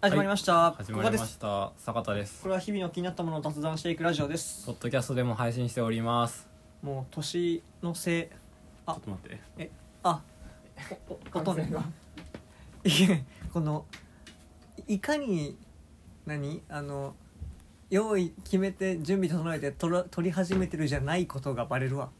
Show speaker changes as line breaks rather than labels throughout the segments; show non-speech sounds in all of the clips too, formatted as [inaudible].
始まりました。
始
こ
ま
こ
り
で。
ますした坂田です
これは日々の気になったものを雑談していくラジオです
ポ。ッドキャストでも配信しております
もう年のせい、あ
ちょっと待って
あ、
[laughs]
おお音ね。いえこのいかに何あの用意決めて準備整えて撮ら撮り始めてるじゃないことがバレるわ。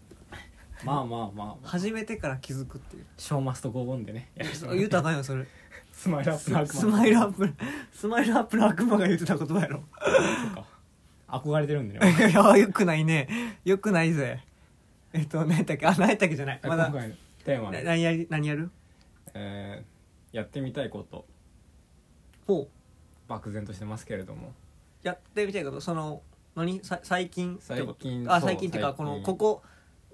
まあまあまあ
始めてから気づくっていう。
ショーマストゴーオンでね [laughs]
そう [laughs] 言うたらあかんよそれ。
スマイルアップの悪魔
スマイルアップスマイルアップの悪魔が言ってた言葉や
[laughs]
ろ。
そうか憧れてるんでね
いやよくないね。よくないぜ。えっと何やったっけあ何やったっけじゃない。 [laughs] ま
今
だ。
回のテーマ
な
で、
何やり何やる
えーやってみたいこと
ほう
漠然としてますけれども
やってみたいことその何さ最近ってこと
最近
あ
そう
最近っていうか
最
こ
近
のここ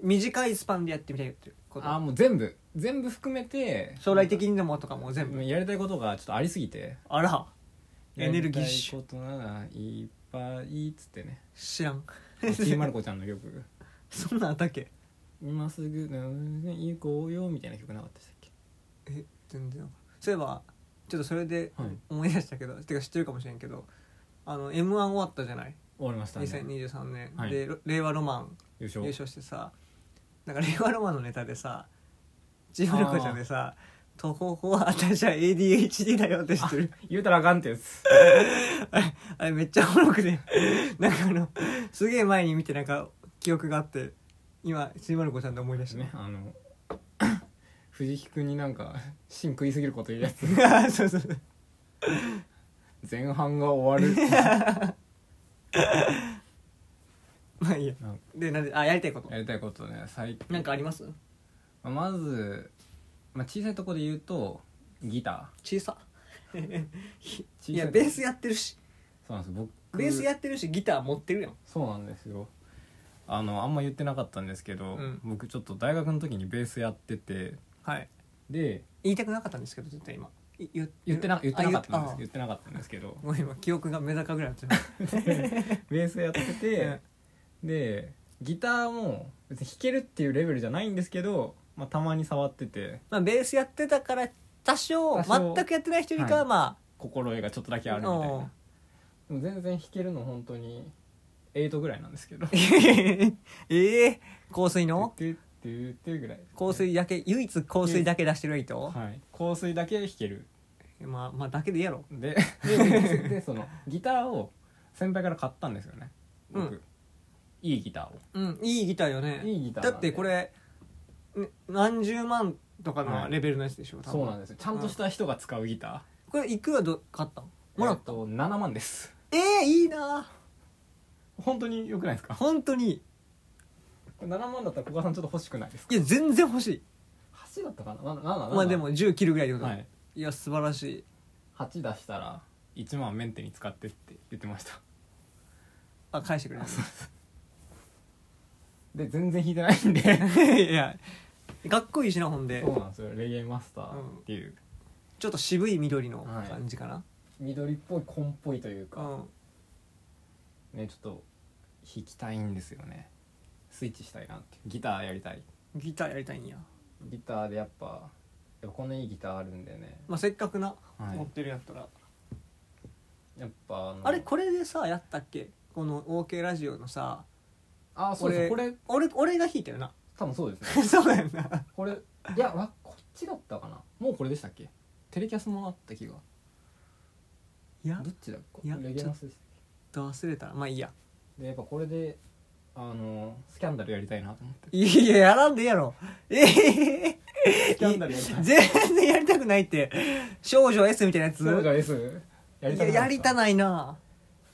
短いスパンでやってみたいっていうこ
あー
と
もう全部全部含めて
将来的にでもとかも全部
やりたいことがちょっとありすぎて
あらエネルギッシ
や
ュ
りたいことならいっぱいっつっ
[laughs]
てね
知らん
ちびまる子ちゃんの曲
[laughs] そんなんあったっけ
今すぐ行こうよみたいな曲なかったでしたっけ
え全然わからんそういえばちょっとそれで
はい
思い出したけど、てか知ってるかもしれんけどあの m 1終わったじゃない
終わりましたね
2023年、
はい
でろ令和ロマン
優勝
優勝してさなんか令和ロマンのネタでさちびまる子ちゃんでさ「とほほは私は ADHD だよ」って知ってる
言う [laughs] たらあかんってやつ
あれめっちゃおもろくてなんかあのすげえ前に見てなんか記憶があって今ちびまる子ちゃんで思い出した
ねあの [coughs] 藤木君になんか芯食いすぎること言うやつ
ね [laughs] そうそうそう
前半が終わる
[laughs] まあいいや
なんか
でなんであやりたいこと
やりたいことね最近
なんかあります
まあまず、まあ、小さいとこで言うとギタ
小さ
ー
いやベースやってるし
そうなんです僕
ベースやってるしギター持ってるやん
そうなんですよあのあんま言ってなかったんですけど、
うん
僕ちょっと大学の時にベースやってて
はい
で
言いたくなかったんですけど絶対今い言
言ってな言ってなかったんです
あ
言
言
ってなかったんですけど
あもう今記憶がメダカぐらいになってる
ベースやってて
え
でギターも別に弾けるっていうレベルじゃないんですけど、まあ、たまに触ってて
まあベースやってたから多少
多少
全くやってない人よりか
は
はいま
心得がちょっとだけ
あ、
あるみたいなで
うん [laughs]
も全然弾けるの本当に8ぐらいなんですけど
ええ香水の
てって言ってるぐらい
香水だけ唯一香水だけ出してる人、
はい香水だけ弾ける
まあまあだけでいいやろ
で [laughs] ででそのギターを先輩から買ったんですよね僕、
うん
いいギターを
うんいいギターよね
いいギターな
だ
んで
ってこれね何十万とか
は
の
い
レベルのやつでしょ、多分
そうなんですよちゃんとした人が使うギター
これいくらど買ったのもらった、
えーと7万です
ええいいな
本当に良くないですか
本当に
7万だったら古賀さんちょっと欲しくないですか
いや全然欲しい
8だったかなななな
まあでも10切るぐらいでこと、、
はいい
や素晴らしい
8出したら1万メンテに使ってって言ってました
あ返してくれる
[laughs] で全然弾いてないんで
いやかっこいいしなほんで
そうなんですよレゲエマスターっていう、
ちょっと渋い緑の感じかな、
緑っぽい紺っぽいという
う
か、
ん
ねちょっと弾きたいんですよねスイッチしたいなってギターやりたい
ギターやりたいんや、
ギターでやっぱやっぱこのいいギターあるんでね、
まあ、せっかくな、
はい
持ってるやったら
やっぱの
あれこれでさやったっけこの OK ラジオのさ
あそうですこれ
俺俺が弾いたよな [laughs]
多分そうですね
そうだよな
これいやわこっちだったかなもうこれでしたっけテレキャスもあった気が
いや
どっちだっけ
いや
レゲエマスでしたっ
忘れたまあいいや
けでやっぱこれであのスキャンダルやりたいなと思って
いややらんでええやろええ
スキャンダルやりたい
全然やりたくないって少女 S みたいなやつ
そうか S やりたくない
いややりた
な
ないな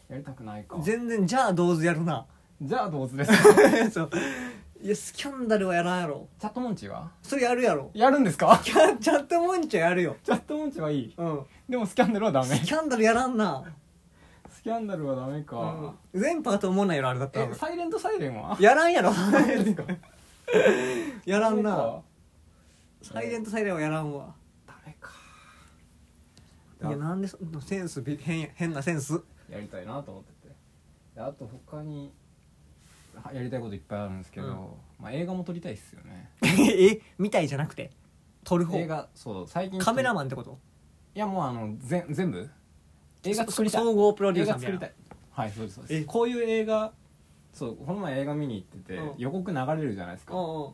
やりたくないか
全然じゃあどうぞやるな [laughs]
じゃあどうぞです
そういやスキャンダルはやらんやろ
チャットモンチは
それやるやろ
やるんですか
ちゃちゃんともんちゃやるよ
チャットモンチはいい
うん
でもスキャンダルはダメ
スキャンダルやらんな、
スキャンダルはダメか、
うん、全パート思わないよあれだったら
えサイレントサイレンは
やらんや
[laughs]
ろやら
ダ
ん
メ
な
か
サイレントサイレンはやらんわ
ダメか
いやなんでそセンスび変や変なセン
[laughs]
ス
やりたいなと思っててであと他にはやりたいこといっぱいあるんですけど、
うん
まあ、映画も撮りたいっすよね
えみたいじゃなくて撮る方
映画そう最近
カメラ
マン
マンってこと
いやもうあのぜん全部映画作りたい
そ総合プロデュー
映
サー
画
み
作
た
りた
い
いはいそうですそうで
え
すこういう映画そうこの前映画見に行ってて、
うん
予告流れるじゃないです
なうん
か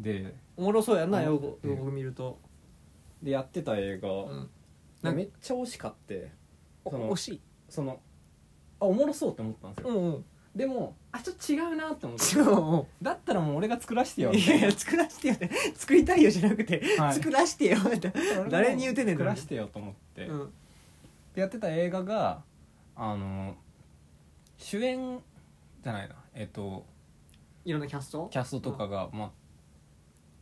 うん
で
おもろそうやんな
うん
よく
うん
よく見ると
でやってた映画、
うんなんか
めっちゃ惜しかって
お
その
惜しい
そのあおもろそうって思ったんです
う
よ、
んうん
でもあちょっと違うなって思っ
違
て
う
だったらもう俺が作らせてよ
いやいや作らしてよって作りたいよじゃなくて、
はい
作らしてよって誰に言うてんねん
作らせてよと思って、
うん
でやってた映画があの主演じゃないなえっと
いろんなキャスト
キャストとかが、まあ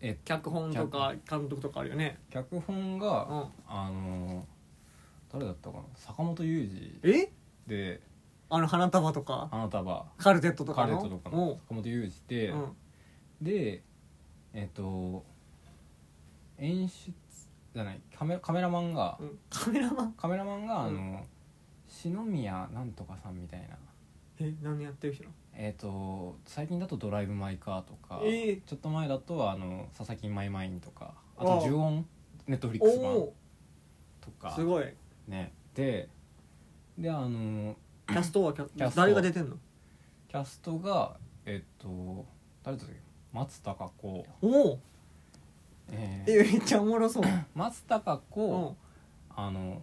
えっと
脚本とか監督とかあるよね
脚本
う
が
ん
あの誰だったかな坂本雄二
え
で
あの花束とか
花束
カルテットとか
カ
の
ルテットとかの坂本雄二で、
うんうん
でえっと演出じゃないカメカメラマンが、
うんカメラマン
カメラマンがあの、
う
篠宮なんとかさんみたいな
え何やってる人なの
えっ、と最近だと「ドライブ・マイ・カー」とか、
ええ
ちょっと前だとあの「佐々木マイ・マイン」とかあ
わあ
と「呪音」ネットフリックス版
お
と
お
か
すごい
ねでであの
キャストはキャ
キャスト
誰が出てんの
キャストがえっ、と誰だっけ松たか子、
おお
えー
えめっちゃおもろそう
松たか子、
うん
あの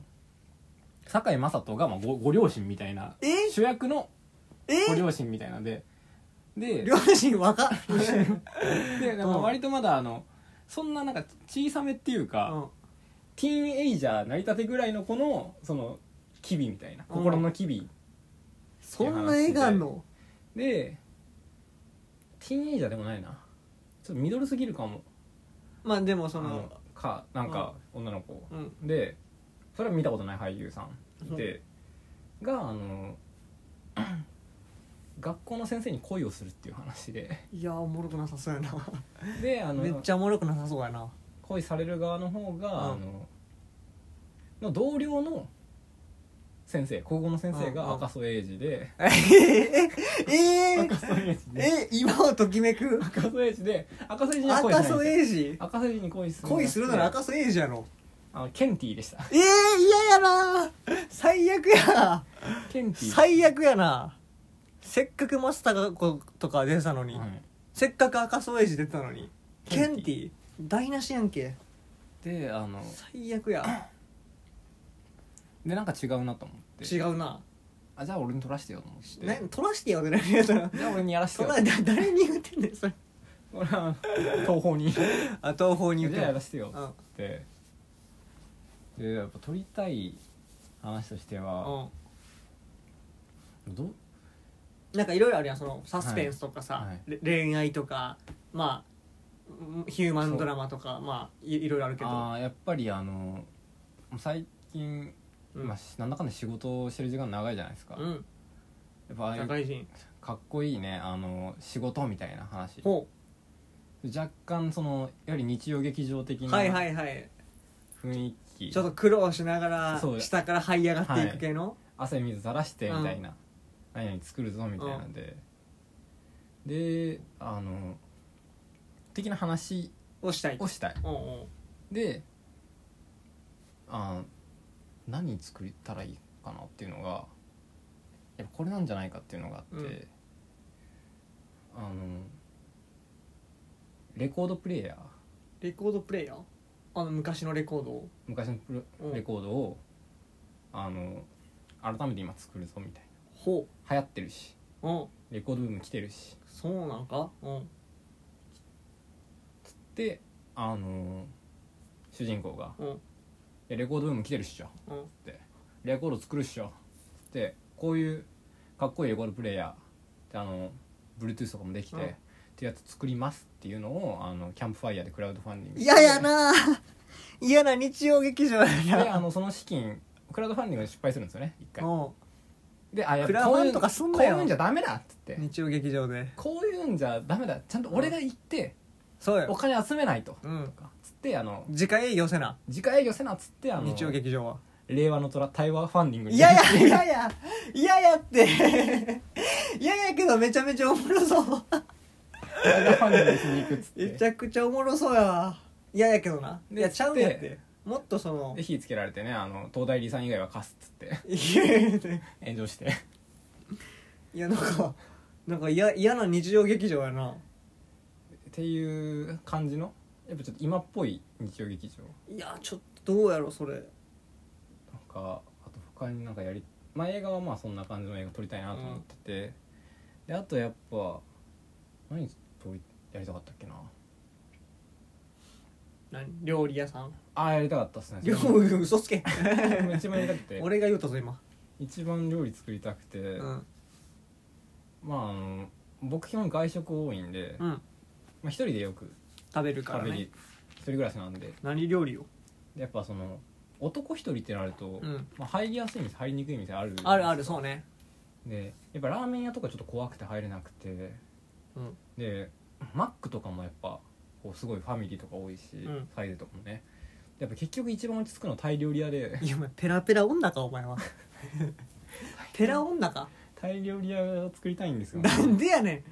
堺雅人がまあごご両親みたいな
え
主役のご
え
両親みたいなんでで
両親
[laughs]
若っ
でなんか割とまだあのそんななんか小さめっていうか、
う
ティーンエイジャーなりたてぐらいの子のその機微みたいな
うん
心の機微、
んそんな映画あんの
でティーンエイジャーでもないなちょっとミドルすぎるかも
まあでもそ
あの
の
かなんか女の子、
うん
でそれは見たことない俳優さんで、があの [clears throat] 学校の先生に恋をするっていう
[laughs]
話で
いやおもろくなさそうやな
であ
めっ
の
ちゃおもろくなさそうや
[laughs]
な
恋される側の方が、あ
うん
のの同僚の先生高校の先生
うんうん
が赤楚衛二で、
ええええ
赤楚衛二で
え今をときめく
赤楚衛二で赤楚衛二には恋し
赤
ないん
楚
ですよ
衛二
赤楚衛二に恋する
恋するなら
赤
赤楚衛二やろ
あのケンティーでした
ええ嫌やな最悪や
ケンティー
最悪やなせっかくマスターがことか出てたのに、
はい
せっかく赤楚衛二出てたのにケ
ケ
ン
ン
テ
ティ
ィ台無しやんけ
であの
最悪や
でなんか違うなと思って
違うな
あじゃあ俺に取らせてよと思って
何取らしてやわけないやつな
じゃあ俺にやらせて
そん
よ
なだ誰に言うてんねんそれ
俺は [laughs] 東
[laughs]
方にじゃ
あ東方
あ
に言うてん
や
の
らせてよ
うん
ってでやっぱ撮りたい話としては
うん
どう
なんかいろいろあるやんそのサスペンスとかさ、
はい
れ恋愛とかまあうんヒューマンドラマとかまあいいろいろあるけど
ああやっぱりあの最近、
うん
まあ、しなんだかんだ仕事をしてる時間長いじゃないですか、
う
や
ん
っぱああい
社
う
会人
かっこいいねあの仕事みたいな話
ほ
若干そのやはり日曜劇場的
う
な
はいは
雰
いはい
囲気、
ちょっと苦労しながら
そう
下から這い上がっていく系の、
汗水垂らしてみたいな、何々作るぞみたいなんで、であの的な話
をしたい
をしたい
うんうん
であ何作ったらいいかなっていうのがやっぱこれなんじゃないかっていうのがあって、
うん
あのレコードプレーヤー
レコードプレイヤーあの昔のレコードを
昔のプロ
うん
レコードを、あの改めて今作るぞみたい
ほ
な流行ってるし
ううん
レコードブーム来てるし
そうなんかうん
であの主人公が
うん
「いやレコードブーム来てるっしょ」
うん
ってレコード作るっしょってこういうかっこいいレコードプレイヤーであの Bluetooth とかもできて、
うん
ってやつ作りますっていうのをあのキャンプファイヤーでクラウドファンディングして
嫌やな [laughs] 嫌な日曜劇場や
で
な
あのその資金クラウドファンディングで失敗するんですよね一回
うん
であやっ
ク
ぱ
ラ
こ
ファ
うい
ン
う
とかすん
こ
な
うい
よ
うんじゃダメだっつって
日曜劇場で
こういうんじゃダメだちゃんと俺が行って
そう
お
よ
金集めないと
うん
つってあの
次回営業せな
自家営業せなっつってあの
日曜劇 [laughs] 場は
令和の虎対話ファンディングに
いやいやいやいやいややって [laughs] いややけどめちゃめちゃおもろそう
対話ファンディングしに行くっつって
めちゃくちゃおもろそうやわいややけどない
で
やちゃうねんっ
つって
もっとその
で火つけられてねあの東大理さん以外は貸すっつって [laughs]
いやいやいや
炎上して
いやなんかなんか嫌嫌な日常劇場やな
っていう感じのやっぱちょっと今っぽい日曜劇場
いやちょっとどうやろそれ
なんかあと他になんかやり、まあ、映画はまあそんな感じの映画撮りたいなと思ってて、であとやっぱ何撮りやりたかったっけな
何料理屋さん
ああやりたかったっすね
料理嘘つ [laughs] け
一番やりたくて
俺が言うたぞ今
一番料理作りたくて、
うん
まああの僕基本外食多いんで、
う
ま
ん
あ、一人でよく
食べるから
食べに、
ね
一人暮らしなんで
何料理を
でやっぱその男一人ってなると、
うん
まあ、入りやすい店入りにくい店ある
あるあるそうね
でやっぱラーメン屋とかちょっと怖くて入れなくて
うん
でマックとかもやっぱこうすごいファミリーとか多いし、
ん
サイズとかもねでやっぱ結局一番落ち着くのはタイ料理屋
[laughs]
で
いやお前ペラペラ女かお [laughs] 前はペラ女か
タイ料理屋を作りたいんですよ、ね、
なんでやね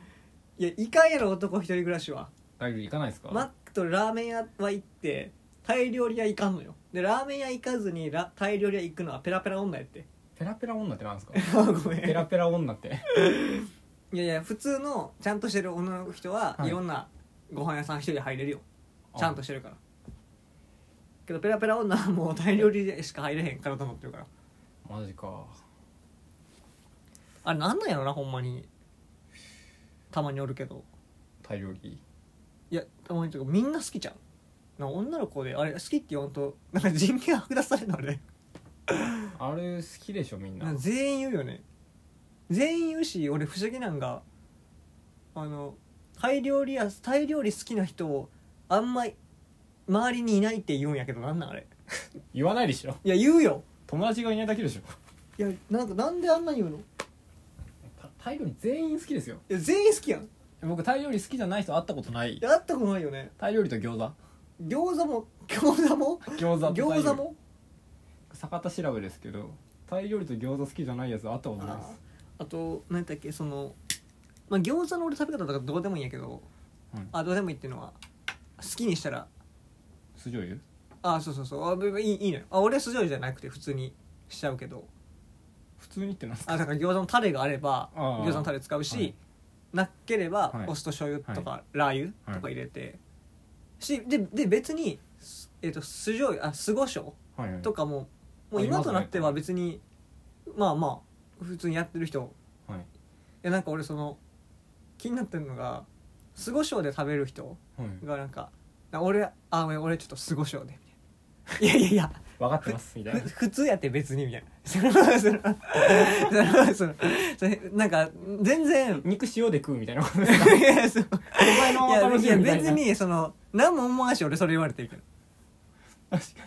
んいやいかんやろ男一人暮らしは
タイ料理行かないですか、
マックとラーメン屋は行ってタイ料理屋行かんのよでラーメン屋行かずにラタイ料理屋行くのはペラペラ女やって [laughs]
ペラペラ女ってなんですか
あごめん
ペラペラ女って
いやいや普通のちゃんとしてる女の人は
はい
いろんなご飯屋さん一人で入れるよ、[laughs]
あ
ちゃんとしてるからけどペラペラ女はもうタイ料理でしか入れへんからと思ってるから
マジか
あれなんなんやろなほんまにたまにおるけど
タイ料理
いやたまにというかみんな好きじゃんなんか女の子であれ好きって言わんとなんか人権剥奪されるのあれ
あれ好きでしょみんな
なんか全員言うよね全員言うし俺不思議なんがあのタイ料理やタイ料理好きな人をあんまり周りにいないって言うんやけどなんなんあれ
言わないでしょ
いや言うよ
友達がいないだけでしょ
いやなんかなんであんな言うのい
タタイ料理全員好きですよ
や全員好きやんい
僕タイ料理好きじゃない人会ったことない
や会ったことないよね
タイ料理と餃子
餃子も餃子も
餃子とタイ料理
餃子も
坂田調べですけどタイ料理と餃子好きじゃないやつあったことないで
あ
す
あと何だっけそのまあ餃子の俺食べ方とかどうでもいいんやけど、
うん
あどうでもいいっていうのは好きにしたら
酢醤油
あそうそうそうあべべいいいいのよあ俺は酢醤油じゃなくて普通にしちゃうけど
普通にってなんですか
あだから餃子のタレがあれば
あー
餃子のタレ使うし、
はい
なければ、
はい
お酢と醤油とか、ラー油とか入れて、しでで別に、すえー、と酢醤油あ酢胡椒
はいはい
とかも、
あ
もう
いま
今
すね
となっては別にまあまあ普通にやってる人
はい
いやなんか俺その気になってるのが酢胡椒で食べる人
はい
がなんか「な俺あ俺俺ちょっと酢胡椒で」みたいな「いやいやいや」
分かってますみたいな
ふ普通やって別にみたいな [laughs] それはそれはそれはそれそれなんか全
[laughs]
然
肉塩で食うみたいなことですか
いやそう
お前の
い
お
や
楽し
い
み
や
みたい
別
な
にその何も思わんし俺それ言われてるけど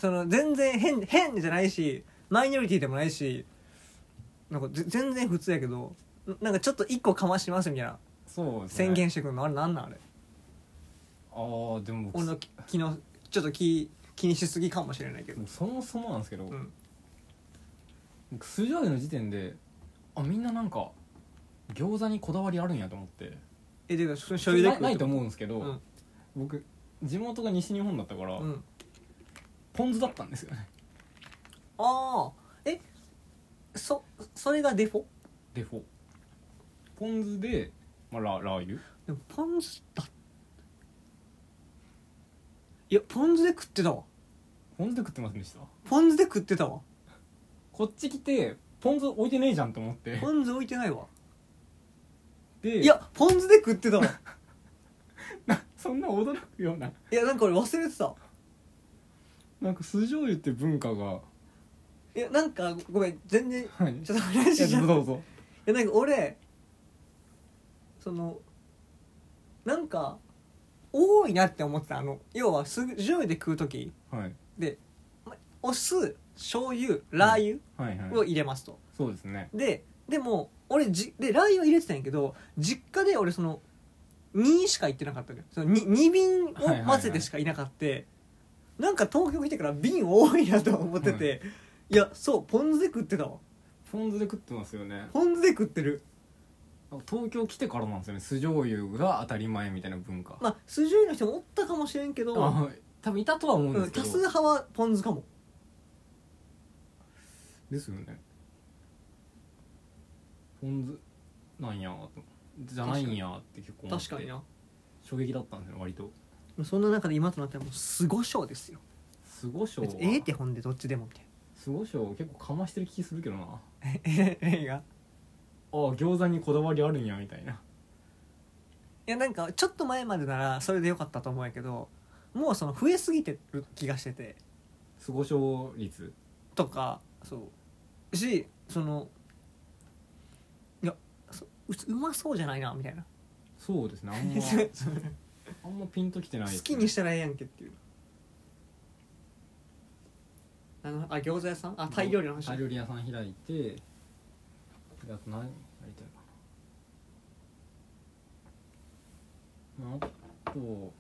その全然変変じゃないしマイノリティでもないしなんかぜ全然普通やけどななんかちょっと一個かましますみたいな
そうですね
宣言してくるのあれなんなんあれ
ああでも
俺
僕
のき気のちょっと気気にしすぎかもしれないけど
僕そもそもなんですけど、
うん
僕酢醤油の時点であみんななんか餃子にこだわりあるんやと思って
えでその醤油で
なないと思うんですけど、
うん
僕地元が西日本だったから、
うん
ポン酢だったんですよね
ああえそそれがデフォ
デフォポン酢で、まあ、ララー油
でもポン酢だいやポン酢で食ってたわ
ポン酢で食ってませんでした
ポン酢で食ってたわ
こっち来てポン酢置いてねえじゃんと思って
ポン酢置いてないわ
で
いやポン酢で食ってたわ
なそんな驚くようない
やなんか俺忘れてた
なんか酢醤油って文化が
いやなんかごめん全然
はい
ちょっと話し
い
ちゃ
や
ったい
どうぞ
やなんか俺そのなんか多いなって思ってたあの要は酢醤油で食う時
はい
でまお酢醤油ラー
はい
油を
はい
入れますと、
そうですね
ででも俺じでラー油は入れてたんやけど実家で俺その2しか行ってなかったのよその 2, 二瓶を混ぜてしかいなかった、なんか東京来てから瓶多いなとは思ってて、いやそうポン酢で食ってたわ
ポン酢で食ってますよね
ポン酢で食ってる
東京来てからなんですよね酢醤油が当たり前みたいな文化
まあ酢醤油の人もおったかもしれんけど
あ多分いたとは思うん
う
で
ん
すけ
多
ど、
数派はポン酢かも
ですよねポン酢なんやとじゃないんやって結構思って
確かにな
衝撃だったんですよね割と
そんな中で今となってはもう酢ごしょうですよ
すごしょうは
別にええってほんでどっちでもみたい
すごしょう結構かましてる気するけどなあ
な [laughs] 映画い
あ餃子にこだわりあるんやみたいな
やなんかちょっと前までならそれでよかったと思うんやけどもうその増えすぎてる気がしてて
すごしょう率
とかそうしそのいやそううまそうじゃないなみたい
[laughs]
な、
そうですねあ
[laughs]
ん
そう
まあんまピンときてないです
好
ね
きにしたらええやんけっていうあのあ餃子屋さんあタイ料理の話
タイ料理屋さん開いてであと何やりたいかなまああと、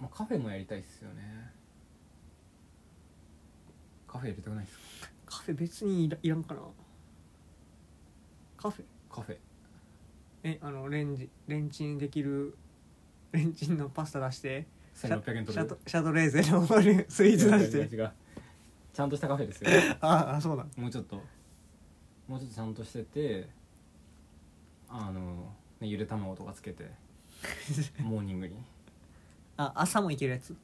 まあ、カフェもやりたいっすよねカフェやりたくないっすか
カフェ別にいらいらんかなカフェ
カフェ
えあのレンジレンチンできるレンチンのパスタ出してシャ
1600円取
シャ
る
トシャトレーゼのスイーツ出して
違う違う違うちゃんとしたカフェですよ
ああそうだ
もうちょっともうちょっとちゃんとしててあの、ね、ゆで卵とかつけてモーニングに
あ朝もいけるやつ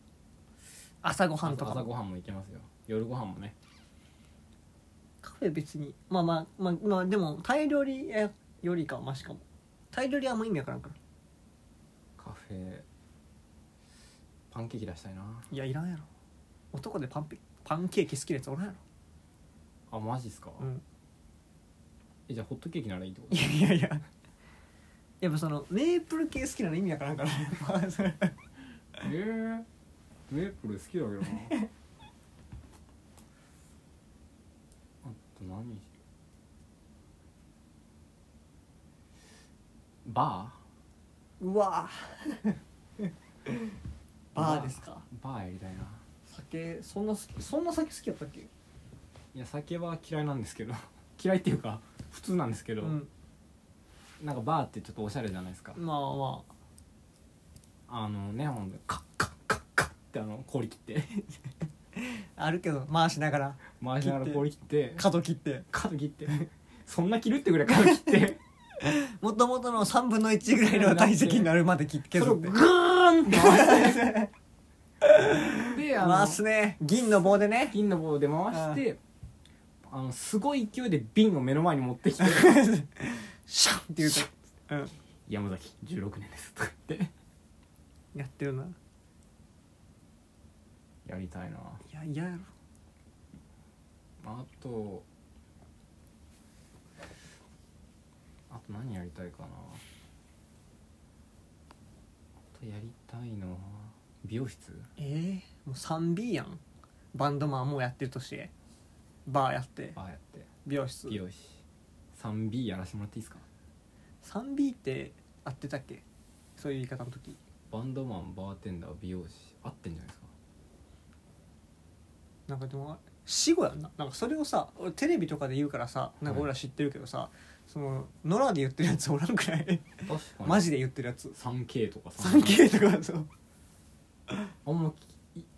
朝ごはんとか
朝
も
ごはんもいけますよ夜ごはんもね
カフェ別にまあまあまあ、まあ、でもタイ料理屋よりかはマシかもタイ料理屋も意味わからんから
カフェパンケーキ出したいない
やいらんやろ男でパンピパンケーキ好きなやつおらんや
あマジっすか、
ろうん
えじゃあホットケーキならいいってこ
い [laughs]
と
やいやいややっぱそのメープル系好きなの意味わからん [laughs] からやっぱそれ
えー、メープル好きだけどなあと何しバ
うわ [laughs] ぁバーですか
ーバーやりたいな
酒そんな好きそんな酒好きやったっけ
いや酒は嫌いなんですけど [laughs] 嫌いっていうか普通なんですけど、
うん
なんかバーってちょっとおしゃれじゃないですか
まあま
あのねほんとカッカッカッカッってあの氷
[laughs]
切って
ああるけど回しながら
回しながら氷切って
角切って
角切って [laughs] そんな切るってぐらい角切って
もともとの3分の1ぐらいの体積になるまで切って
それ
[laughs] 削
を
って
グーンって回
[laughs]
してであ
回
の
すね銀の棒でね
金の棒で回してあのすごい勢いで瓶を目の前に持ってき
[laughs]
て
シャンって言うと、うん、
山崎16年ですとか言って
やってるな
やりたいない
や嫌やろ
あとあと何やりたいかなあとやりたいのは美容室
えー、もう 3B やんバンドマンもうやってるとしてバーやって
ああやって
美容室
美容師 3B やらせてもらっていいですか
3B って合ってたっけそういう言い方の時
バンドマンバーテンダー美容師合ってんじゃないですか
なんかでも死後やんななんかそれをさ俺テレビとかで言うからさなんか俺ら知ってるけどさ、その野良で言ってるやつおらんくら
[laughs]
い [laughs]
確か
マジで言ってるやつ
3K とか
3K とかそう
あんまき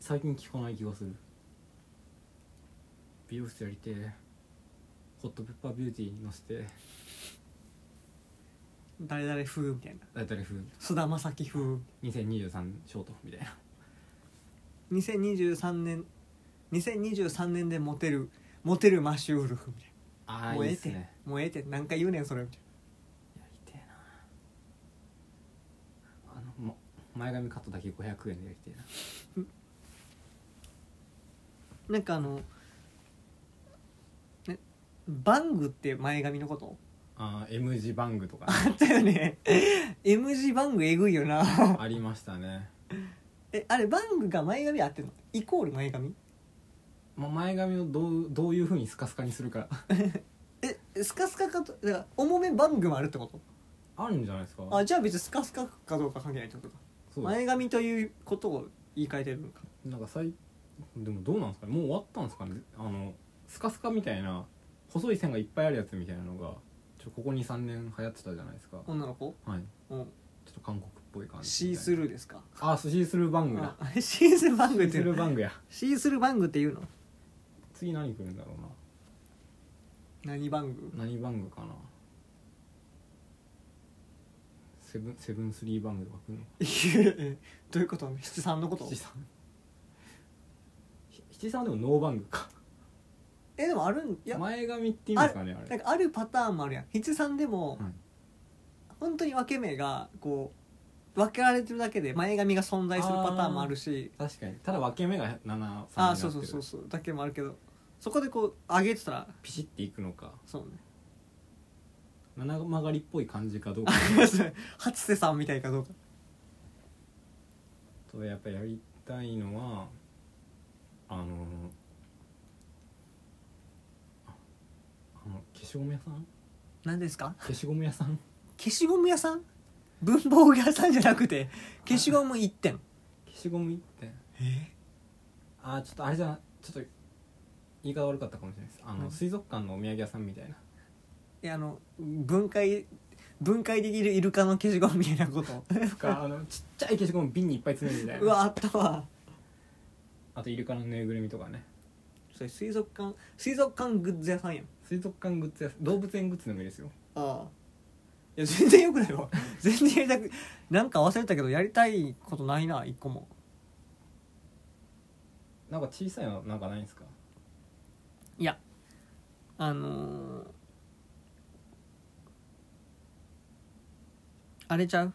最近聞かない気がする美容室やりてえホットペッパービューティーに乗せて
誰々風みたいな
大体風
菅田将暉風
2023ショートみたいな
2023年2023年でモテるモテるマシューウルフみたい
あ
な
あ
もう
い
え
い
え
っ
っ
す
て
ね
もうええって何回言うねんそれみたい
やりてえなあの、ま、前髪カットだけ500円でやりてえな
ななんかあのねバングって前髪のこと [laughs]
あー M 字バングとか、 [laughs]
あったよね M 字バングえぐいよな
ありましたね、
えあれバングが前髪合ってんのイコール前髪
ま、前髪をどうどういうふうにスカスカにするか [laughs]
えスカスカかとだから重めバングもあるってこと
あるんじゃないですか
あじゃあ別にスカスカかどうか関係ないってことか
そうです
前髪ということを言い換えてるのか
なんか最でもどうなんですかねもう終わったんですかねあのスカスカみたいな細い線がいっぱいあるやつみたいなのがちょここ23年流行ってたじゃないですか
女の子う
はい
ん
ちょっと韓国っぽい感じ
シースル
ル
ーですか
あシースルーバングだ
あ [laughs] シースルーバン
シ
グっ
ー
て
ス
いう
ルー
の
バングや
シースルーバングっていうの
次何来るんだろうな
何バン
[laughs]
グ
何バングかなセブンセブンスリーバングとか来るの
いやえどういうこと七三のこと
七三ひ七三でもノーバングか
えでもあるんいや
前髪っていうんですかねあ
な
れ
んかあるパターンもあるやん七三でも、
はい
本当に分け目がこう分けられてるだけで前髪が存在するパターンもあるし
確かにただ分け目が73になってる
ああーそうそうそうそうだけもあるけどそこでこう上げてたら
ピシッていくのか
そうね [laughs]
七曲がりっぽい感じかどうか
初瀬さんみたいかどうか
とやっぱやりたいのはあのああの消しゴム屋さん
何ですか
消しゴム屋さん
消しゴム屋さん文房具屋さんじゃなく
[laughs]
て消しゴム1点
消しゴム行って
え
あーちょっとあれじゃちょっと言い方悪かったかもしれないですあの、
うん
水族館のお土産屋さんみたいない
やあの分解分解できるイルカの消しゴムみたいな
[laughs]
こと
かあのちっちゃい消しゴム瓶にいっぱい詰めるみたいな
うわあったわ
あとイルカのぬいぐるみとかね
それ水族館水族館グッズ屋さんやん
水族館グッズや動物園グッズでもいいですよ
ああいや全然よくないわ全然やりたくなんか忘れたけどやりたいことないな一個も
なんか小さいのなんかないんですか
いやあのーあれちゃう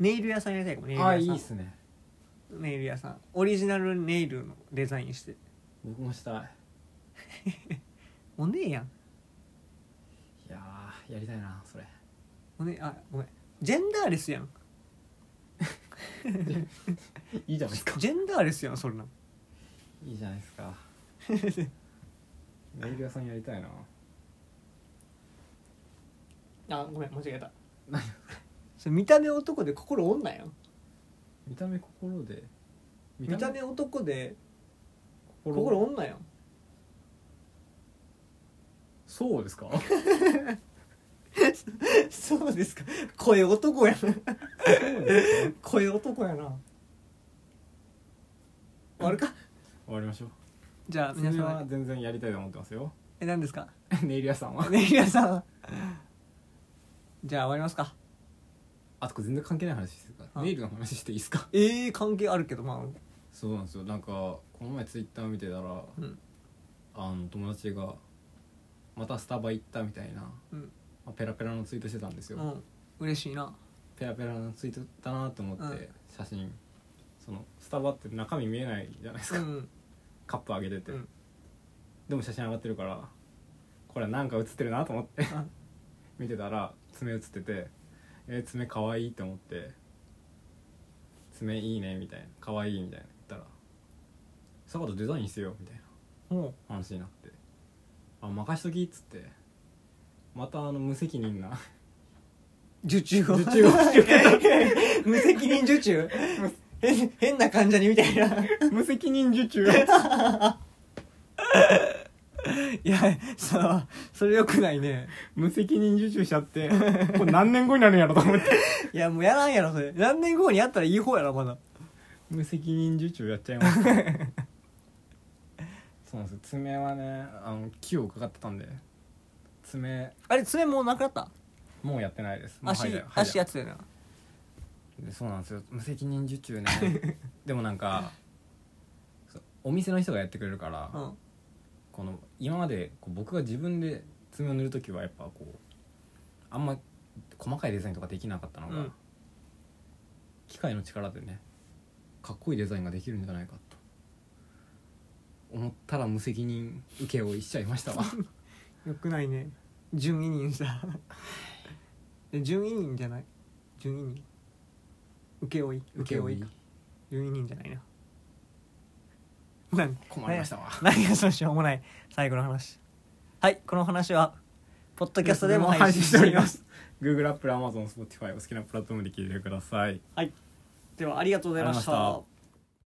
ネイル屋さんやりたいかもネイル屋さん
すね
ネイル屋さんオリジナルネイルのデザインして
僕もしたい
おねえやん
いやーやりたいなそれ
おねえあごめんジェンダーレスやん
いいじゃないですか
ジェンダーレスやんそんなん
いいじゃないです [laughs] かネイル屋さんやりたいな
あごめん間違えた [laughs] それ見た目男で心女やん
見た目心で見
見た目男で
心
心女やん
[laughs] そうですか
[laughs] そうですか声男やな
そうですか
声男やな終わるか
[laughs] 終わりましょう
じゃあ
そ
皆
れは
様
全然やりたいと思ってますよ
え何ですか [laughs]
[laughs] ネイル屋さんは
ね皆さんじゃあ終わりますか
あとこれ全然関係ない話です
あ
かネイルの話していいですか
ええ関係あるけどまあ
そうなんですよなんかこの前ツイッター見てたら
うん
あの友達がまたスタバ行ったみたいな、
うん
まあ、ペラペラのツイートしてたんですよ、
うん嬉しいな
ペラペラのツイートだなと思って、
うん
写真そのスタバって中身見えないじゃないです
う
か、
ん
カップ上げてて、
うん
でも写真上がってるからこれなんか写ってるなと思って
うん
[laughs] 見てたら爪写ってて「えー爪かわいい」と思って「爪いいね」みたいな「かわいい」みたいな言ったら「坂田デザインしてよ」みたいな
も
話になって「あ任しとき」っつってまたあの無責任な
う受注を
受注を受けた
[laughs] 無責任受注変変な患者にみ [laughs] たいな
無責任受注
いやさあそれよくないね
無責任受注しちゃってこれ何年後になるんやろと思って
いやもうやらんやろそれ何年後にやったらいい方やろまだ
無責任受注やっちゃいます [laughs] そうなんですよ爪はねあの木を伺ってたんで爪
あれ爪もうなくなった
もうやってないですもう
足
剥いだ剥いだ
足やってたよな
でそうなんですよ無責任
[laughs]
受注ねでもなんかそうお店の人がやってくれるから、
うん
この今までこう僕が自分で爪を塗る時はやっぱこうあんま細かいデザインとかできなかったのが、
うん
機械の力でねかっこいいデザインができるんじゃないかと思ったら無責任受けをしちゃいました [laughs] わ
よくないね順位人さ [laughs] え順位人じゃない順位人請負い請負いか順位人じゃないななん
困りましたわ
何がそのしょうもない最後の話はいこの話はポッドキャストでも配信しております
Google、Apple、Amazon、Spotify お好きなプラットフォームで聞いてください
ではありがとうございまし
ありがとうございま
た
し